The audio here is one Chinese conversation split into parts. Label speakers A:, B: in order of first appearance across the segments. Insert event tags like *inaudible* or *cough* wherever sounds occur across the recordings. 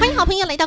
A: 欢迎好朋友来到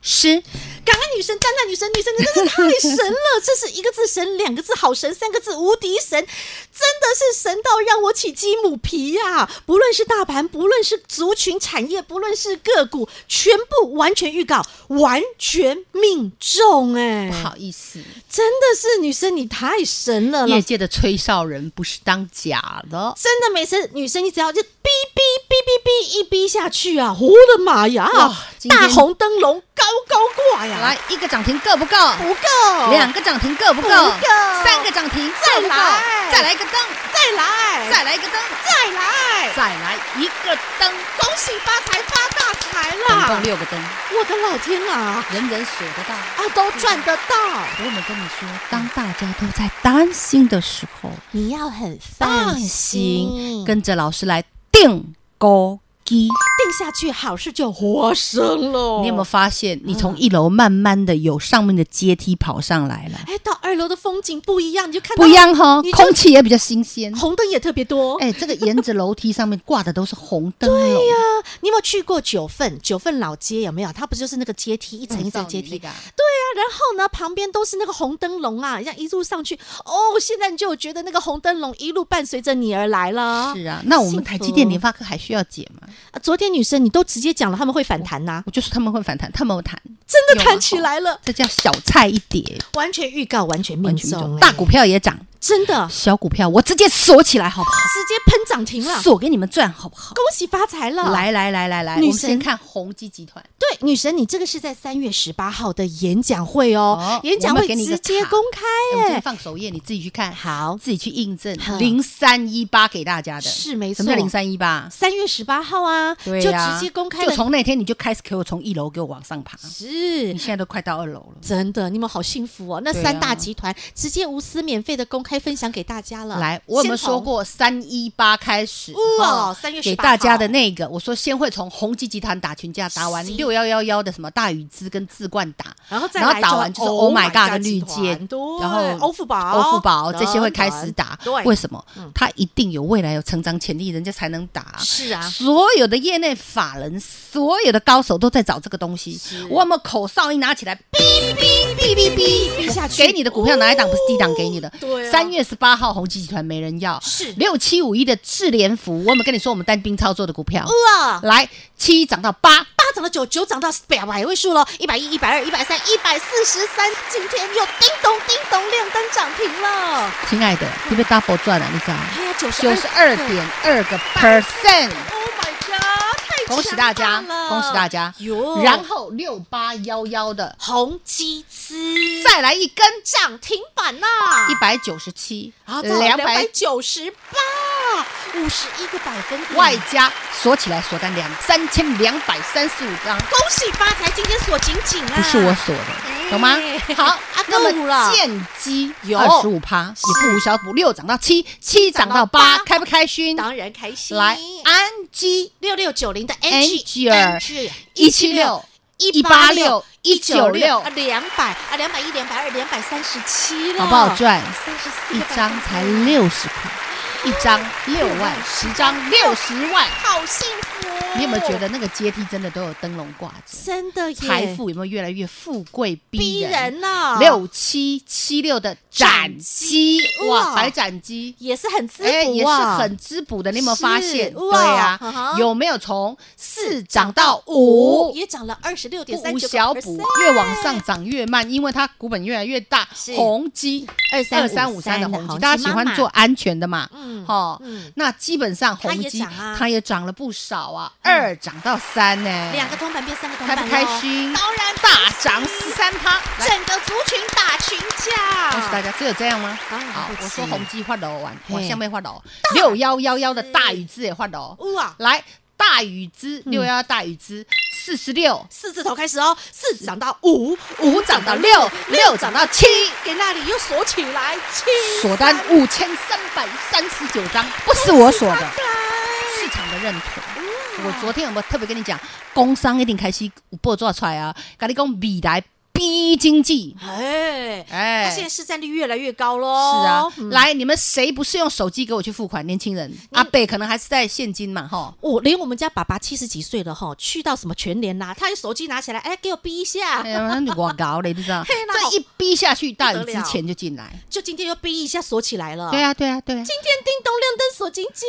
B: 师，
A: 感恩女神，赞叹女神，女神真的是太神了！这是一个字神，两个字好神，三个字无敌神，真的是神到让我起鸡母皮呀、不论是大盘，不论是族群产业，不论是个股，全部完全预告，完全命中哎、
B: 不好意思，
A: 真的是女神，你太神了！老
B: 业界的吹哨人不是当假的，
A: 真的每次女生你只要就哔哔哔哔哔一哔下去啊，我的妈呀
B: 哇！今天
A: 大红灯笼高高挂呀，
B: 来一个涨停够不够？
A: 不够，
B: 两个涨停够不够？
A: 哦不够
B: 三个涨停够
A: 再
B: 不够
A: 来哎
B: 再来一个灯，
A: 再来，
B: 再来一个灯，
A: 再来，
B: 再来一个灯，
A: 恭喜发财发大财
B: 总共
A: 啦！
B: 六个灯，
A: 我的老天啊，
B: 人人数得到。
A: 啊都赚得到，
B: 我们跟你说，当大家都在担心的时候，
A: 你要很
B: 放
A: 放
B: 心，
A: 心，
B: 跟着老师来定高低。
A: 定下去，好事就发生了。
B: 你有没有？发现，你从一楼慢慢的有上面的阶梯跑上来了，
A: 哎，到二楼的风景不一样，你就看到
B: 不一样哈
A: 你，就哦
B: 空气也比较新鲜。
A: 红灯也特别多。
B: 哎，这个沿着楼梯上面挂的都是红灯哦笼，
A: 你有没有去过九份？九份老街有没有？它不就是那个阶梯，一层一层阶梯？
B: 的
A: 对啊，，然后呢，旁边都是那个红灯笼啊，这样一路上去。哦，现在你就有觉得那个红灯笼一路伴随着你而来了。
B: 是啊。那我们台积电、
A: 幸福
B: 联发科还需要解吗？
A: 啊昨天女生你都直接讲了，他们会反弹呐、
B: 我就说他们会反弹，他们会弹，
A: 真
B: 有
A: 的
B: 啊
A: 弹起来了，
B: 这叫小菜一碟，
A: 完全预告，完全
B: 完
A: 命
B: 全不
A: 中、
B: 中。
A: 哎
B: 大股票也涨，
A: 真的
B: 小股票我直接锁起来，好不好？
A: 直接喷涨停了，
B: 锁给你们赚，好不好？
A: 恭喜发财了！，
B: 来来来来来，我
A: 啊女
B: 们
A: 神哎
B: 先看宏基集团。
A: 对，女神，你这个是在三月十八号的演讲会哦，
B: 哦
A: 演讲
B: 我
A: 会
B: 们给你一个
A: 直接
B: 卡
A: 公开
B: 哎我
A: 哎、
B: 今天放首页，你自己去看，
A: 好，
B: 自己去印证
A: 好。
B: 零三一八给大家的
A: 是没
B: 什么叫
A: 错
B: 零三一八？
A: 三月十八号啊，
B: 对
A: 就
B: 呀
A: 直接公开
B: 就
A: 的
B: 从那天你就开始给我从一楼给我往上爬，
A: 是
B: 你现在都快到二楼了。
A: 真的，你们好幸福哦！那
B: 对啊
A: 三大集团、直接无私免费的公开分享给大家了。
B: 来，我有没有
A: 先从
B: 说？过三一八开始？
A: 哇
B: 哦
A: 3月18
B: 给大家的那个，我说先会从宏基集团打群架，打完
A: 是
B: 六幺幺幺的什么大宇资跟智冠打，
A: 然后再
B: 然后
A: 来
B: 打完就是 Oh my God 跟绿界
A: 集团对，
B: 然后
A: 欧富宝、
B: 欧富宝这些会开始
A: 等
B: 打
A: 等对，嗯
B: 为什么？它一定有未来有成长潜力，人家才能打啊。
A: 是啊，
B: 所有的业内法人，所有的高手都在找这个东西
A: 是。
B: 我有没有口哨一拿起来，哔哔哔哔哔
A: 哔下去
B: 给你的股票哪一档不是低档给你的？
A: 对啊
B: 三月十八号，宏基集团没人要。
A: 是
B: 六七五一的智联福，我有没有跟你说我们单兵操作的股票？
A: 哇，八
B: 来，七涨到八，
A: 涨到九，九涨到百百位数了，一百一、一百二、一百三、一百四十三，今天又叮咚叮咚亮灯涨停了，
B: 亲爱的，你被 double 赚了，你知道吗？
A: 哎呀，九
B: 九十二点二个 percent。
A: ，Oh my god！太
B: *laughs* 恭喜大家
A: 强大了，哦
B: 恭喜大家！
A: 哟，
B: 然后六八幺幺的
A: 红基资
B: 再来一根
A: 涨停板啦，
B: 一百九十七，
A: 啊，两
B: 两
A: 百
B: 百
A: 九十八，五十一个百分点。
B: 外加锁起来锁单两三千两百三十五张，
A: 恭喜发财，今天锁紧紧啊！
B: 不是我锁的，懂吗
A: 哎？
B: 好
A: 啊，
B: 那
A: 够
B: 么
A: 了
B: 见机
A: 有
B: 二十五趴，也不无小补，六涨到七，七涨到八，
A: 八
B: 开不开心？
A: 当然开心。
B: 来，安基
A: 六六九零的
B: Angier，
A: Angier
B: 一七六。
A: 一八六一九六
B: 196
A: 啊，两百啊，两百一、两百二、两百三十七了，
B: 好不好赚
A: 三十四
B: 一张才六十块，一张六万，十张六十万。
A: 好幸福哦。
B: 你有没有觉得那个阶梯真的都有灯笼挂着？
A: 真的耶
B: 财富有没有越来越富贵逼
A: 逼
B: 人？
A: 人啊呐？
B: 六七七六的斩鸡
A: 斩鸡哇
B: 哇，白斩鸡。
A: 也是很滋补
B: 哎，
A: 啊，
B: 也是很滋补的，你有没有发现？
A: 是
B: 对
A: 哇
B: 呀、
A: 嗯哼
B: 有没有从四涨到五？
A: 也涨了二十六点
B: 不
A: 三
B: 无
A: 九
B: 小补，越往上涨越慢，因为它股本越来越大
A: 是。
B: 宏基
A: 二
B: 二
A: 三
B: 三五三的宏
A: 红
B: 基，大家喜欢做，安全的嘛？
A: 嗯
B: 哦
A: 嗯，
B: 那基本上宏
A: 它也
B: 基
A: 涨啊
B: 它也涨了不少啊，
A: 嗯
B: 二涨到三呢，
A: 两个铜板变三个铜
B: 开
A: 板，
B: 不开？心？
A: 当然
B: 大涨十三三趴，来
A: 整个族群打群
B: 告诉大
A: 架。
B: 家，只有这样吗？
A: 当然
B: 好
A: 不，
B: 我
A: 止
B: 说宏基发楼完，
A: 嘿
B: 我下面发楼，六幺幺幺的大禹资也发楼，
A: 哇，
B: 来大禹资
A: 嗯
B: 六幺大禹资四十六，
A: 四字头开始哦，四涨到五，
B: 五涨到六，六涨到七，
A: 给那里又锁起来，七
B: 锁单五千三百三十九张，不是我锁的，市场的认同。
A: 嗯
B: 我昨天有没有特别跟你讲，工商一定开始有报纸出来啊，跟你讲未来 B 经济，
A: 哎，
B: 哎
A: 它现在哦市占率越来越高嗯
B: 是啊
A: 喽。，
B: 来，你们谁不是用手机给我去付款？年轻人，阿北可能还是在现金嘛，哈。
A: 我连我们家爸爸七十几岁了哈，去到什么全联啦、他用手机拿起来，哎，给我逼一下
B: 哎，呀，那我搞嘞，你知道？
A: *laughs* 嘿啦
B: 这一逼下去，大禹
A: 不得
B: 之
A: 了
B: 前就进来。
A: 就今天又逼一下锁起来了。
B: 对，啊，对啊，对啊。
A: 今天叮咚亮灯锁经济，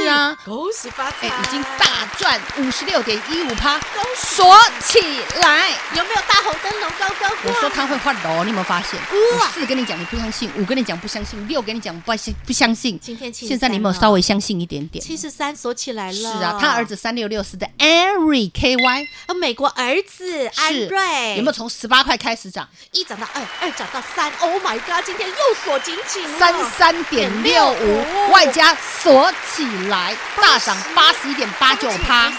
B: 是啊，
A: 恭喜发财，
B: 哎，已经大赚五十六点一五趴
A: 恭，喜
B: 锁起来。
A: 有没有大红灯笼高高
B: 我
A: 挂？
B: 说他会换楼，你有没有发现？
A: 哇
B: 我四跟你讲你不相信，五跟你讲不相信，六跟你讲不相不相信。
A: 今天73
B: 现在你有没有
A: 了
B: 稍微相信一点点？
A: 七十三锁起来了。
B: 是啊，他儿子三六六四的 Every KY
A: 啊，美国儿子安
B: 是
A: 瑞
B: 有没有从十八块开始涨？
A: 一涨到二，二涨到三？Oh my god！今天又锁紧紧了
B: 三三点六五，外加锁起来，大涨八十一点八九趴，
A: 89%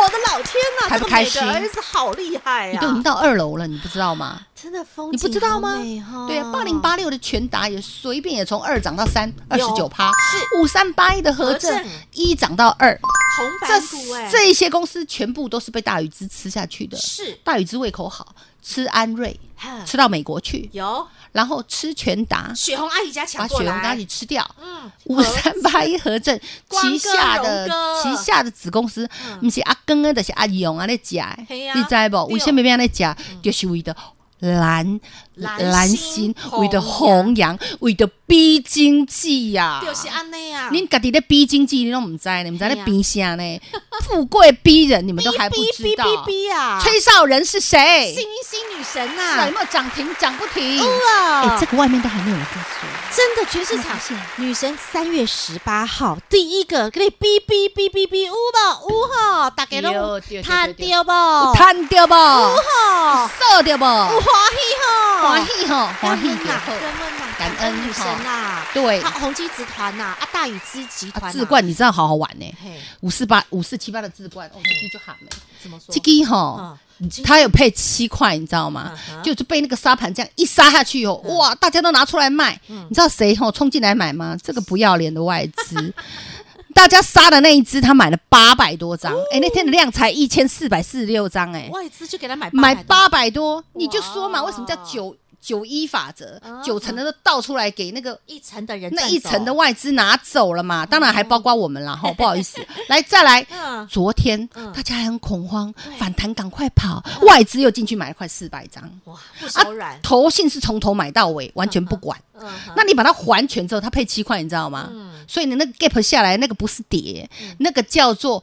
A: 我的老天呐、
B: 开
A: 这
B: 不
A: 个
B: 开
A: 美
B: 心
A: 国儿子好厉害啊
B: 你
A: 呀、
B: 都已经到二楼了，你不知道吗？
A: 真的风
B: 你
A: 景
B: 不知道吗
A: 好美哈？
B: 对啊，八零八六的全达也随便也从二涨到三，二十九
A: 有
B: 趴，五三八一的和
A: 和
B: 正
A: 正
B: 一涨到二，
A: 红
B: 这
A: 白股哎、
B: 这一些公司全部都是被大禹之吃下去的。
A: 是嗯
B: 大禹之胃口好，吃安瑞，
A: 哈
B: 吃到美国去，
A: 有
B: 然后吃全达，
A: 雪红阿姨家抢
B: 把
A: 过
B: 雪
A: 来，
B: 红咖喱吃掉。
A: 嗯
B: 五三八一和正
A: 光哥
B: 旗下的
A: 荣哥嗯
B: 旗下的子公司，不是阿庚啊，就是阿勇啊在假，
A: 嘿啊
B: 你知不？
A: 对嗯
B: 为什么要在假？就是为的蓝
A: 蓝
B: 蓝
A: 心
B: 心，为的弘
A: 弘
B: 扬，为的逼经济
A: *laughs*
B: 呀。
A: 就是安内啊，
B: 恁家己在逼经济，你都唔知呢，你们在
A: 嘿
B: 那
A: 啊
B: 逼啥呢？ *laughs* 富贵逼人，你们都还不知道。
A: 哔哔哔哔啊，
B: 吹哨人是谁？
A: 幸运星女神
B: 是啊，
A: 呐、
B: 有没有涨停涨不停？
A: 啊，
B: 哎，这个外面都还没有人在说。
A: 真的全市
B: 有没有
A: 场
B: 发现
A: 女神三月十八号第一个给你哔哔哔哔哔，呜吧呜哈，大家
B: 对
A: 拢
B: 对对
A: 探
B: 对
A: 掉吧，
B: 哦贪掉不？
A: 哈，
B: 瘦掉不？
A: 有欢喜哈，
B: 欢喜吼，欢喜就
A: 呐，
B: 好
A: 感。恩呐，
B: 感
A: 感
B: 恩
A: 恩女神呐，
B: 对
A: 啊，红基集团呐，啊，大禹之集
B: 啊
A: 团，
B: 智，冠你知道好好玩呢，
A: 嘿，
B: 五四八五四七八的智冠，哦，这个就喊了。
A: 怎么说？
B: 这个哦吼
A: 嗯今，
B: 它有配七块，你知道吗
A: 嗯？哼
B: 就就被那个沙盘这样一杀下去以后，
A: 嗯
B: 哇，大家都拿出来卖。你知道谁吼冲进来买吗？这个不要脸的外资。 *laughs* 大家杀的那一只，他买了八百多
A: 哦
B: 张，哎，那天的量才一千四百四十六张，哎，
A: 外资就给他买
B: 买
A: 八
B: 八百多，你就说嘛，
A: 哇
B: 为什么叫九九一法则？
A: 啊
B: 九成的都倒出来给那个
A: 一层的人，
B: 那一层的，
A: 哦
B: 外资拿走了嘛，当然还包括我们啦，哈，不好意思，来再来。
A: *laughs* 嗯，
B: 昨天
A: 嗯
B: 大家还很恐慌，反弹赶快跑，外资又进去买了快四百张，
A: 哇，不
B: 啊
A: 手软，
B: 投信是从头买到尾，完全不管。
A: 嗯哼，嗯
B: 那你把它还全之后，它配七块，你知道吗？所以你那个 gap 下来，那个不是跌，那个叫做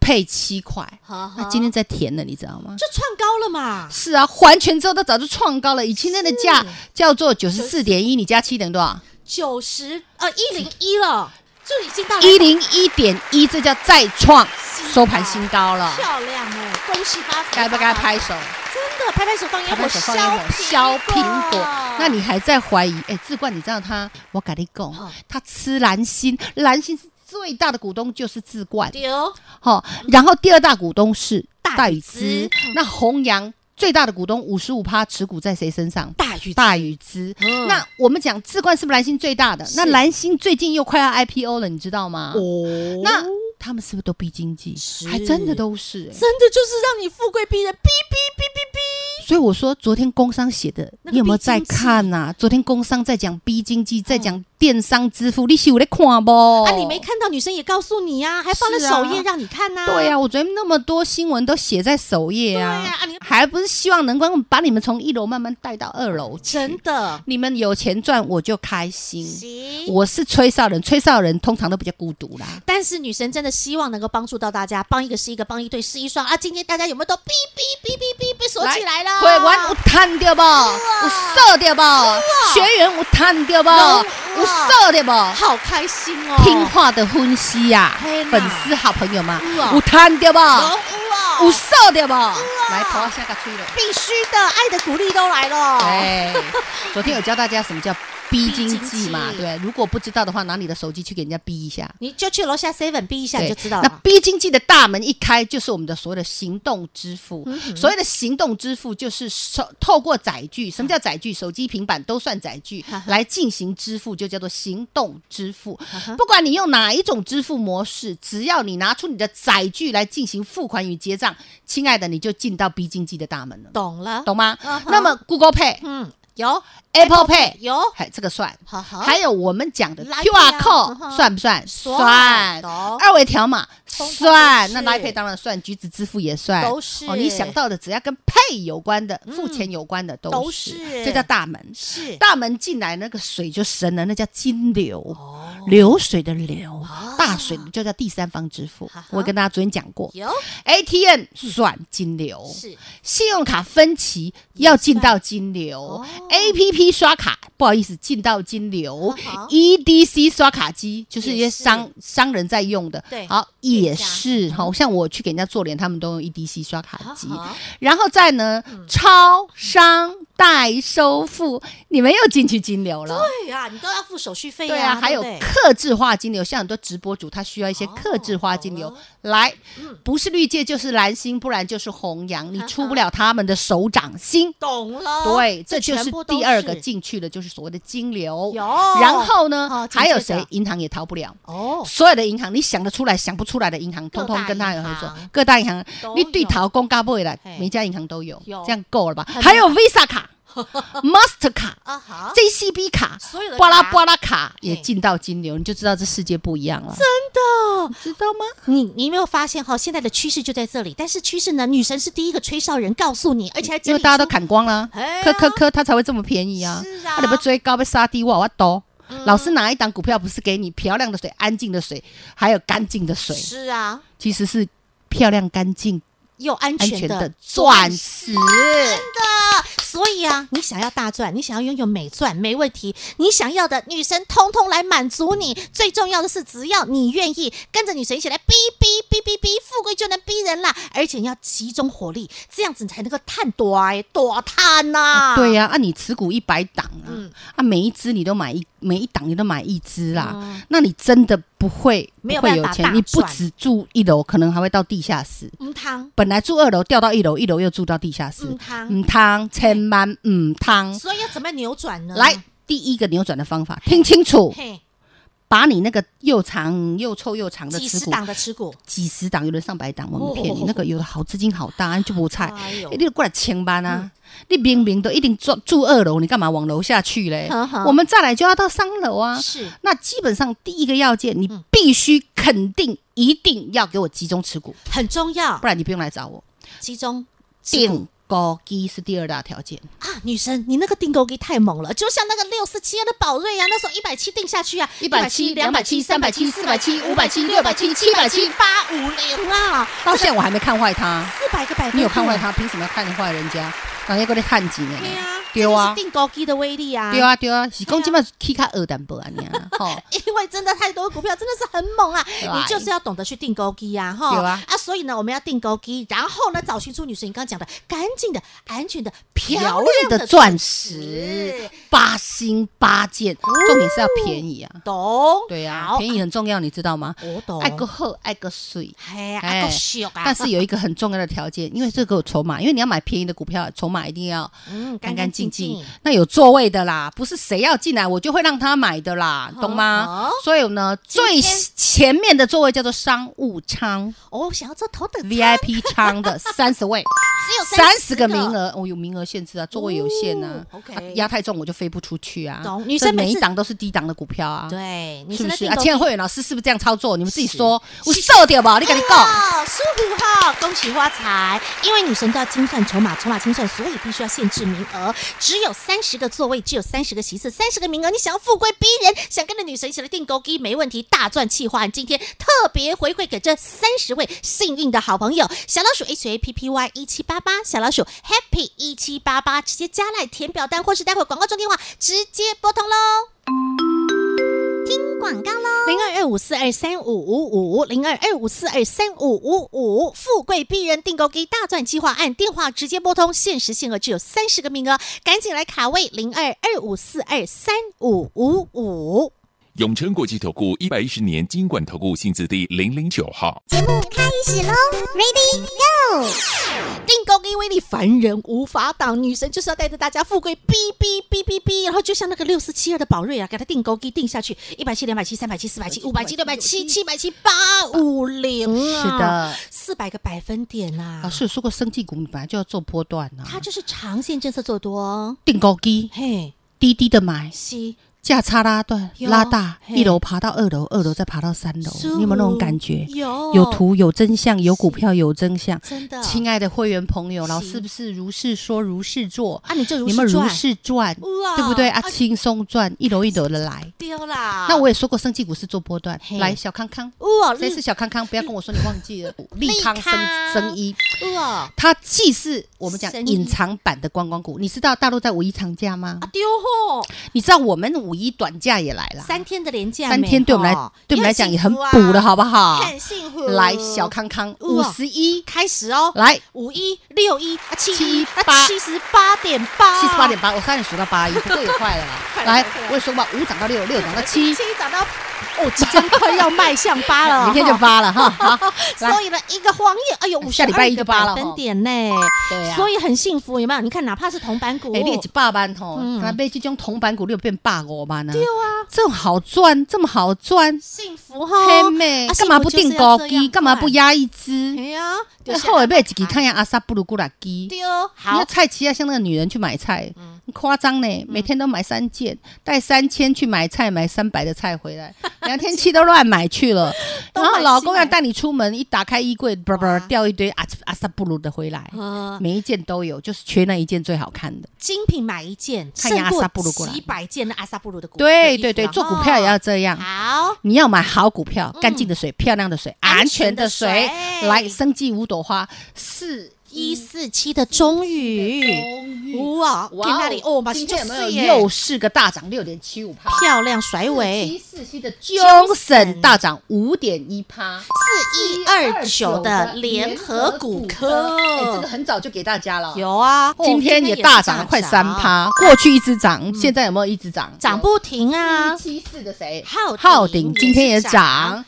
B: 配七块。
A: 好好
B: 那今天在填了，你知道吗？
A: 就创高了嘛，
B: 是啊，还全之后都早就创高了，以今天的价叫做九十四点一，你加七等于多少？
A: 九十呃一零一了，就已经到
B: *laughs* 一零一点一，这叫再创
A: 新高
B: 收盘新高了，
A: 漂亮哎，恭喜发财！
B: 该不该？拍手？
A: 真的拍拍手放烟
B: 拍
A: 火，
B: 拍手放烟火，哎削苹果。那你还在怀疑？哎，志冠，你知道他？我跟你
A: 嗯
B: 讲，他吃蓝心，蓝心是最大的股东就是志冠，
A: 丢
B: 好，然后第二大股东是
A: 大
B: 大
A: 禹
B: 禹资
A: 资，
B: 嗯那弘扬最大的股东五十五趴持股在谁身上？
A: 大雨
B: 大禹资。
A: 嗯
B: 那我们讲志冠是不是蓝心最大的？那蓝心最近又快要 IPO 了，你知道吗？
A: 哦
B: 那他们是不是都逼经济？
A: 是
B: 还真的都是、欸。
A: 真的就是让你富贵逼人，哔哔
B: 所以我说，昨天工商写的，
A: 那个
B: 你有没有在看呐、昨天工商在讲逼经济，在讲电商支付，你是有在看不？
A: 哔哔哔。嗯啊，你没看到女生也告诉你呀，还放在
B: 是啊
A: 首页让你看呐。
B: 对呀、啊我昨天那么多新闻都写在首页啊，
A: 对呀啊你
B: 还不是希望能够把你们从一楼慢慢带到二楼去？
A: 真的。
B: 你们有钱赚我就开心。
A: 行，
B: 我是吹哨人，吹哨人通常都比较孤独啦。
A: 但是女神真的希望能够帮助到大家，帮一个是一个，帮一对是一双啊！今天大家有没有都哔哔哔哔哔被锁起来了？
B: 会员有赚到不？有射到不？学员有赚到不？
A: 哇
B: 有射到
A: 好开心哦！
B: 不？听话的分析呀啊
A: 嘿，呐
B: 粉丝好朋友嘛
A: 有啊，
B: 有赚到
A: 龙
B: 不？
A: 屋哦，
B: 有色对不？来，头啊下个吹了。
A: 必须的，爱的鼓励都来了。
B: 哎，昨天有教大家什么叫逼经济嘛？
A: 逼经济
B: 对，如果不知道的话，拿你的手机去给人家逼一下。
A: 你就去楼下 seven 逼一下
B: 对
A: 你就知道
B: 那
A: 了。
B: 逼经济的大门一开，就是我们的所谓的行动支付。所谓的行动支付，就是手透过载具，什么叫载具？手机、平板都算载具，来进行支付，就叫做行动支付。啊不管你用哪一种支付模式，只要你拿出你的载具来进行付款与结账，亲爱的，你就进到逼经济的大门了，啊
A: 懂了，
B: 懂吗
A: 嗯哼？
B: 那么 Google Pay、
A: 嗯，有
B: Apple Pay，
A: 有，
B: 哎，这个算。
A: 好好，
B: 还有我们讲的
A: Line
B: QR
A: Pay 啊嗯
B: code
A: 哼
B: 算不算？
A: 算懂
B: 二维条码
A: 哦通通
B: 算。
A: 都
B: 那
A: 是
B: Line Pay 当然算，橘子支付也算，
A: 都是嗯
B: 哦。你想到的，只要跟 Pay 有关的、付钱有关的都
A: 都
B: 是
A: 是，
B: 这叫大门。
A: 是
B: 大门进来，那个水就深了，那叫金流，
A: 哦
B: 流水的流，大水就叫第三方支付
A: 哈哈。
B: 我也跟大家昨天讲过
A: 有
B: ，ATM 算金流，
A: 是
B: 信用卡分期要进到金
A: 哦
B: 流，A P P 刷卡不好意思进到金流
A: 好
B: ，E D C 刷卡机就是一些
A: 也是
B: 商商人在用的，
A: 对
B: 好
A: 店
B: 也
A: 家嗯
B: 是好像我去给人家做脸，他们都用 E D C 刷卡机，
A: 好好嗯
B: 然后再呢超商代收付，你们又进去金流了。
A: 对啊，你都要付手续费
B: 对
A: 呀
B: 啊，还有
A: 对哦不对
B: 克制化金流，像很多直播主他需要一些克制化金流、
A: 懂
B: 来，
A: 嗯
B: 不是绿界就是蓝星，不然就是红羊，你出不了他们的手掌心。
A: 懂了，
B: 对，这就
A: 哦全
B: 是
A: 部都
B: 第二个进去的，就是所谓的金流。
A: 有
B: 然后呢，
A: 哦紧
B: 还有
A: 接着
B: 谁？银行也逃不了。
A: 哦，
B: 所有的银行，你想得出来、想不出来的银行，
A: 各
B: 通
A: 大
B: 通跟他有合
A: 银
B: 作
A: 行。
B: 各大银行
A: 都，有
B: 你对逃公嘎不来
A: 嘿，
B: 每家银行都有
A: 有，
B: 这样够了吧？
A: 很
B: 还有 Visa
A: *laughs*
B: 卡、Master 卡、
A: 啊好，
B: JCB 卡
A: 所有的、
B: *laughs* 巴拉
A: 卡
B: 巴拉卡也
A: 嘿
B: 进到金流，你就知道这世界不一样了，
A: 啊真的，
B: 知道吗？
A: 你你有没有发现哈？现在的趋势就在这里，但是趋势呢，女神是第一个吹哨人，告诉你，而且还
B: 因
A: 整
B: 为
A: 理
B: 大家
A: 出
B: 都砍光了
A: 哎呀，
B: 科科科，它才会这么便宜啊！
A: 是啊嗯
B: 啊你不追高，被杀低，哇哇多。老师拿一档股票不是给你漂亮的水、安静的水，还有干净的水，
A: 是啊，
B: 其实是漂亮、干净、
A: 又安
B: 安
A: 全
B: 全的
A: 的
B: 钻石。
A: 所以啊，你想要大赚，你想要拥有美赚，没问题。你想要的女神通通来满足你。最重要的是，只要你愿意跟着女神一起来逼逼逼逼逼，富贵就能逼人啦。而且你要集中火力，这样子你才能够探多哎多探呐、
B: 对
A: 呀、
B: 呀、啊，你持股一百档啊，
A: 嗯
B: 啊，每一只你都买一，每一档你都买一只啦，那你真的不会
A: 嗯没有
B: 不会
A: 办
B: 有
A: 法大
B: 钱，你不
A: 赚
B: 止住一楼，可能还会到地下室。
A: 嗯汤，
B: 本来住二楼掉到一楼，一楼又住到地下室，
A: 嗯汤
B: 嗯汤，千万嗯汤。
A: 所以要怎么扭转呢？
B: 来，，第一个扭转的方法，听清楚，
A: 嘿，
B: 把你那个又长又臭又长的
A: 几
B: 持
A: 十
B: 股，
A: 档的持股，
B: 几十档，有的上百档，我们骗你，
A: 哦
B: 那个有的好资金好大，你就不菜，
A: 哎呦
B: 欸你就过来千万啊！
A: 嗯
B: 你明明都一定住住二楼，你干嘛往楼下去嘞
A: 呵呵？
B: 我们再来就要到三楼啊。
A: 是
B: 那基本上第一个要件，你
A: 嗯
B: 必须肯定一定要给我集中持股，
A: 很重要
B: 不，然你不用来找我。
A: 集中。
B: 定高低是第二大条件。
A: 啊，女神，你那个订购给太猛了，就像那个六四七二的宝瑞啊，那时候一百七定下去啊，
B: 170 270 370 570 670 770
A: 八五零啊，
B: 到现在我还没看坏它，
A: *laughs* 四百个百分，
B: 你有看坏？它，凭什么要看坏人家？人家过来探几年
A: 对啊，
B: 丢啊
A: 这就是订购机的威力啊，
B: 对，啊对啊，是讲今麦起较二淡薄啊，你
A: *laughs*
B: 啊，吼。
A: 因为真的太多股票真的是很猛啊，
B: 对
A: 你就是要懂得去订购机啊，哈，
B: 对啊
A: 啊，所以呢，我们要订购机，然后呢，找寻出女神你刚刚讲的干净的、安全的、漂
B: 漂
A: 亮
B: 亮
A: 的
B: 的
A: 钻
B: 钻
A: 石
B: 石，，八星八件，重点是要便宜啊。
A: 懂？
B: 对啊，
A: 哦好哦
B: 便宜很重要，你知道吗？
A: 我懂，
B: 爱个厚，爱个水。
A: 嘿，
B: 哎
A: 爱个俗啊，
B: 但是有一个很重要的条件，因为这个有筹码，因为你要买便宜的股票，筹码一定要
A: 嗯
B: 干干净净。那有座位的啦，不是谁要进来我就会让他买的啦，懂吗
A: 好？
B: 所以呢，最
A: 今天
B: 前面的座位叫做商务
A: *laughs*
B: 舱
A: 哦，我想要坐头等舱，
B: ，VIP
A: *laughs*
B: 舱的三十位。
A: 只有
B: 三十个名
A: 30。
B: 额，我、有名额限制啊，座位有限啊
A: 哦，OK
B: 啊压太重我就飞不出去啊。
A: 懂女生
B: 所以
A: 每
B: 每
A: 次
B: 一档都是低档的股票啊，，
A: 对，你现
B: 是不
A: 在
B: 是
A: 订
B: 啊？
A: 购
B: 亲爱
A: 机
B: 的会员老师是不是这样操作？你们自己说，我瘦掉吧，你跟你讲，
A: 哦，舒服哈，恭喜发财！因为女神都要精算筹码，筹码精算，所以必须要限制名额，只有三十个座位，只有三十个席次，三十个名额。你想要富贵逼人，想跟着女神一起来订购机，没问题，大赚气话！今天特别回馈给这三十位幸运的好朋友，小老鼠 H A P P Y 一七八八，小老鼠 Happy 一七八八，直接加来填表单，或是待会广告中电话直接拨通喽。听广告喽，零二二五四二三五五五，零二二五四二三五五五，富贵逼人订购给大钻计划案，电话直接拨通，限时限额只有三十个名额，赶紧来卡位零二二五四二三五五五。
C: 永诚国际投顾一百一十年金管投顾性质第零零九号，
A: 定高因为你凡人无法挡，女神就是要带着大家富贵，哔哔哔哔哔，然后就像那个六四七二的宝瑞啊，给它定高给定下去，一百七、两百七、三百七、四百七、五百七、六百七、七百七、八五零啊，
B: 是的，
A: 四百个百分点啊
B: 老，师有说过，生技股你本来就要做波段哦啊，
A: 它就是长线政策做多，
B: 定高低，
A: 嘿，
B: 低低的买，
A: 西
B: 价差拉断
A: 有
B: 拉大，
A: 嘿
B: 一楼爬到二楼，二楼再爬到三楼，
A: 是
B: 你有没有那种感觉？
A: 有
B: 有，图有真相，有股票有真相。
A: 真的，
B: 亲爱的会员朋友，
A: 是
B: 老师不是如是说如是做，
A: 啊，你这如
B: 你们
A: 赚
B: 如是赚，
A: 哇
B: 对不对
A: 啊
B: 啊？轻松赚，一楼一楼的来。
A: 丢啦，
B: 那我也说过，生技股是做波段。
A: 嘿嗯
B: 来，小康康，
A: 哇
B: 谁是小康康？不要跟我说你忘记了，利
A: 利
B: 康生
A: 嗯康
B: 生医。
A: 哇
B: 它既是我们讲
A: 生意
B: 隐藏版的观光股，你知道大陆在五一长假吗
A: 啊？丢货，
B: 你知道我们五一短假也来了，
A: 三天的廉价没，
B: 三天对我们来
A: 哦
B: 对我们来讲也很
A: 幸福啊
B: 补了，好不好？
A: 很幸福。
B: 来，小康康五
A: 哇
B: 十一，
A: 开始哦，
B: 来
A: 五一六一啊七
B: 七
A: 一
B: 八
A: 七十八点八，
B: 七十八点八，我差点数到八一，不过也快了啦
A: 快。了
B: 来
A: 快了，
B: 我也说吧，五涨到六，六涨到七，
A: 七涨到哦，即将快要迈向八了，
B: *laughs* 明天就
A: 哈。
B: 发了哈。好，来
A: 所，以呢，一个黄页，哎呦，五十
B: 下礼拜一就八了
A: 百分点呢，
B: 对呀
A: 所以很幸福，有没有？你看，哪怕是铜板股，
B: 哎，你一百万吼，
A: 嗯
B: 那被这种铜板股六变八五万啊
A: 对，啊，
B: 这么好赚，这么好赚，
A: 幸福哈，
B: 嘿妹，
A: 啊
B: 干嘛不定高低？干嘛不？
A: 幸福就是要这样
B: 压一
A: 快哎
B: 只？
A: 呀，
B: 那
A: 就是
B: 后来被几看呀，阿萨布鲁古拉基。
A: 对哦，
B: 你
A: 好嗯
B: 要，菜奇亚像那个女人去买菜，很夸张呢，每天都买三件，带三千去买菜，买三百的菜回来， *laughs* 两天气都乱买去了。
A: *laughs* 都
B: 然
A: 买
B: 后老公
A: 新买
B: 要带你出门，一打开衣柜，叭叭
A: 哇
B: 掉一堆啊阿阿萨布鲁的回来，
A: 呃，
B: 每一件都有，就是缺那一件最好看的。
A: 精品买一件，
B: 看
A: 胜
B: 一下阿萨布鲁
A: 过
B: 过来
A: 几百件的阿萨布鲁的股，
B: 对
A: 的衣服
B: 对对，
A: 了
B: 做股票也要这样。
A: 啊好。
B: 你要买好股票，干净的水、漂亮的水、
A: 嗯安
B: 安
A: 全
B: 全
A: 的
B: 的水，
A: 水
B: 来生计五朵花，四
A: 一四七的中宇，哇，
B: 哇
A: 天那里哦，马上
B: 今
A: 就
B: 天有没有
A: 是
B: 又
A: 耶，
B: 是个大涨六点七五趴？
A: 漂亮甩
B: 七
A: 尾，
B: 四七的中省大涨五点一趴，
A: 四一二九的联合股科，
B: 哎这个很早就给大家了。
A: 有啊，哦
B: 今天也大涨了快三，趴，过去一直涨，现在有没有一直涨？
A: 嗯涨不停啊
B: 一。七四的谁？
A: 浩
B: 浩
A: 鼎
B: 鼎今天也涨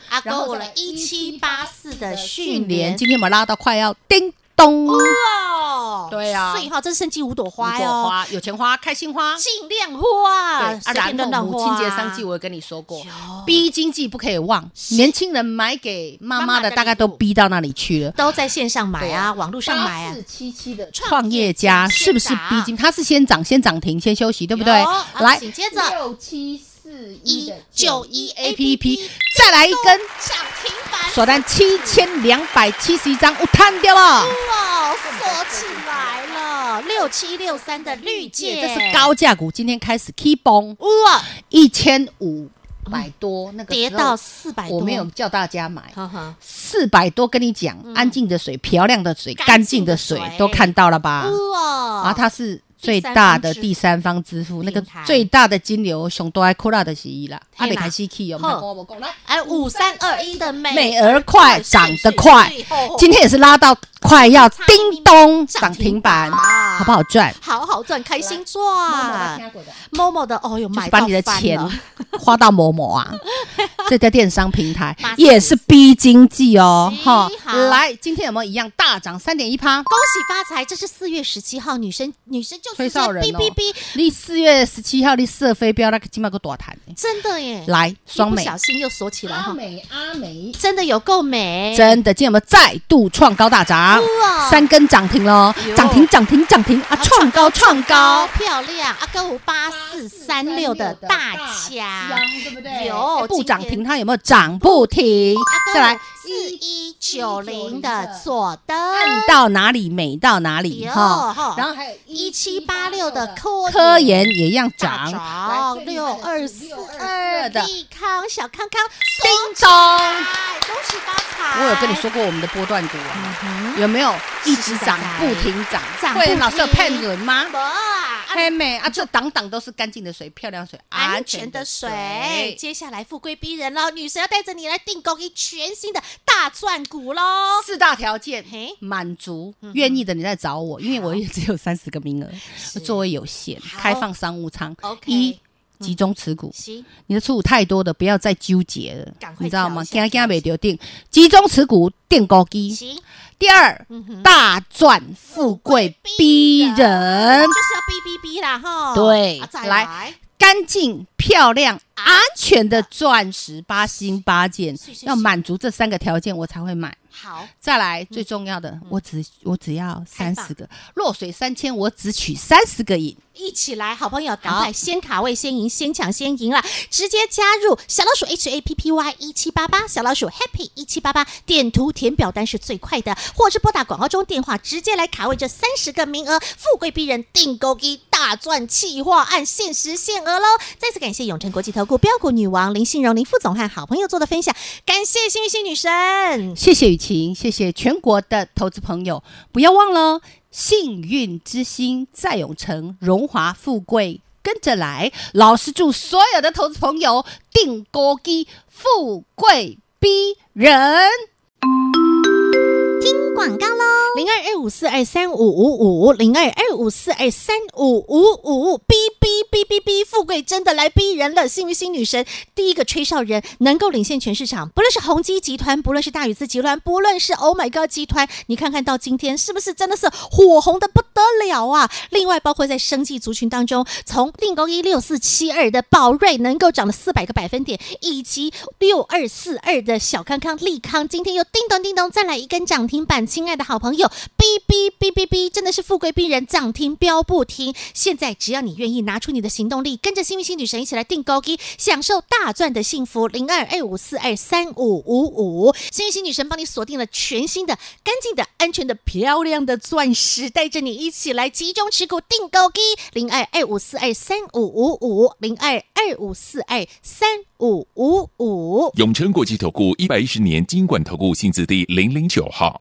A: 阿
B: 然
A: 哥，
B: 后
A: 我了
B: 再来
A: 一七八四的
B: 迅
A: 迅
B: 联
A: 联，
B: 今天我们拉到快要叮咚，
A: 哇，
B: 对啊
A: 所以哈，这是生机五朵花
B: 五朵
A: 哟，
B: 花有钱花，开心花。
A: 尽量花，
B: 对
A: 随
B: 啊，
A: 便乱
B: 然
A: 乱
B: 后母
A: 花。
B: 亲节商机，我也跟你说过
A: 有
B: 逼经济不可以忘。年轻人买给妈
A: 妈妈
B: 妈的
A: 的
B: 大概
A: 礼
B: 都
A: 物
B: 逼到那里去了。
A: 都在线上买
B: 对
A: 啊，
B: 啊
A: 网络上买啊
B: 四，七七的
A: 创
B: 创
A: 业
B: 业
A: 家
B: 家
A: 是
B: 是
A: 不
B: 不
A: 是
B: 是
A: 必
B: 必
A: 经
B: 经？它是先涨，先涨停，先休息，对不对
A: 有啊？
B: 来，
A: 请接着
B: 六七四
A: 一
B: 一
A: 九
B: 九
A: 一
B: 一
A: APP
B: APP，再来一根
A: 涨停板
B: 锁单七千两百七十一张，我摊掉了。
A: 哇，锁起来了，六七六三的绿界，
B: 这是高价股，今天开始 keep 崩
A: 哇，
B: 一千五百多，那个时
A: 跌
B: 候
A: 到四百多，
B: 我没有叫大家买，
A: 呵呵，
B: 四百多，跟你讲，安静的水、漂亮的水、
A: 嗯干
B: 干
A: 净
B: 净
A: 的
B: 的
A: 水
B: 水都看到了吧？
A: 哇，
B: 啊，它是最大的第三方支付，
A: 第
B: 那
A: 三方支付
B: 个
A: 平台
B: 最大的金流熊都爱扣拉的是伊啦，
A: 嘿啦
B: 阿北开始去哦，
A: 好
B: 我跟我讲来，
A: 哎五三二一的美哎
B: 美而快，涨得快
A: 是是是哦，
B: 今天也是拉到快要叮咚
A: 涨
B: 涨
A: 停
B: 停
A: 板
B: 板，
A: 啊
B: 好不好赚？
A: 好好赚，开心赚。
B: 就
A: 某某的哦哟，买
B: 是
A: 到
B: 把你的
A: 翻
B: 钱
A: 了
B: 花到某某
A: *laughs*
B: 啊，这家电商平台
A: 八四
B: 也是逼经济哦，
A: 是
B: 哈
A: 好，
B: 来，今天有没有一样大涨三点一趴？
A: 恭喜发财！这是四月十七号，女生女生就直
B: 吹
A: 接
B: 哨人
A: 哔
B: 哦
A: 哔哔，
B: 你四月十七号你射飞镖那个金马个大谈，
A: 真的耶！
B: 来
A: 一
B: 双
A: 哎不
B: 美
A: 小心又锁起来哈，
B: 美阿美
A: 真的有够美，
B: 真的，今天我们再度创高大涨
A: 哇，
B: 三根涨停喽
A: 哟，
B: 涨停涨停涨停啊，创高创
A: 高
B: 高，
A: 漂亮！阿哥五八四三六的大强，
B: 对不
A: 对
B: 有
A: 今
B: 哎不
A: 天啊
B: 涨停它有没有涨不停？
A: 阿哥
B: 再来
A: 四一九零的左登，
B: 看到哪里美到哪里
A: 哟哈
B: 哈，然后还有
A: 一七八六的科
B: 科研也一样
A: 大
B: 涨，
A: 涨六二四二的
B: 的
A: 利康小康康，
B: 叮
A: 锁
B: 咚。
A: 起来恭喜发财！
B: 我有跟你说过我们的波段股啊，有没有一直涨不停涨
A: 嗯涨？不
B: 会
A: 停
B: 员老师有骗人吗？
A: 无啊，啊
B: 黑妹啊，这档档都是干净的水、漂亮水、
A: 安全的水。接下来富贵逼人喽，女神要带着你来订购一全新的大钻骨喽。
B: 四大条件
A: 嘿嗯
B: 满足，愿意的你再找我，因为我也只有三十个名额，座位有限，
A: 好
B: 开放商务舱。
A: OK 嗯
B: 一集中持股，
A: 行，
B: 你的持股太多的不要再纠结了
A: 赶，快
B: 你知道吗？
A: 调一下
B: 惊惊没丢定，集中持股定高低。
A: 行，
B: 第二，
A: 嗯
B: 大赚富贵逼
A: 富贵逼
B: 人，
A: 就是要逼逼逼啦哈。
B: 对
A: 啊、再
B: 来
A: 嗯来，
B: 干净漂亮。安全的钻石八星八件
A: 是是是
B: 要满足这三个条件，我才会买。
A: 好，
B: 再来最重要的，我只我只要
A: 嗯开
B: 三
A: 放
B: 十个落水三千，我只取三十个饮。
A: 一起来，好朋友，赶快先卡位，先赢，先抢，先赢了！直接加入小老鼠 H A P P Y 一七八八，小老鼠 Happy 一七八八，点图填表单是最快的，或是拨打广告中电话，直接来卡位这三十个名额，富贵逼人订购一大赚企划案，限时限额喽！再次感谢永诚国际投顾标股女王林信荣林副总和好朋友做的分享，感谢幸运星女神。
B: 谢谢雨晴，谢谢全国的投资朋友，不要忘了哦，幸运之星在永城，荣华富贵跟着来。老师祝所有的投资朋友定高基，富贵逼人。
A: 广告喽，零二二五四二三五五五，零二二五四二三五五五，哔哔哔哔哔，富贵真的来逼人了！幸运星女神第一个吹哨人能够领先全市场，不论是宏基集团，不论是大宇资集团，不论是 Oh My God 集团，你看看到今天是不是真的是火红的不得了啊？另外，包括在生技族群当中，从定工一六四七二的宝瑞能够涨了四百个百分点，以及六二四二的小康康利康，今天又叮咚叮咚再来一根涨停板。亲爱的好朋友，哔哔哔哔哔，真的是富贵逼人，涨停飙不停。现在只要你愿意拿出你的行动力，跟着幸运星女神一起来订高低，享受大赚的幸福。零二二五四二三五五五，幸运星女神帮你锁定了全新的、干净的、安全的、漂亮的钻石，带着你一起来集中持股订高低。零二二五四二三五五五，零二二五四二三五五五。
C: 永诚国际投顾一百一十年金管投顾性质第零零九号。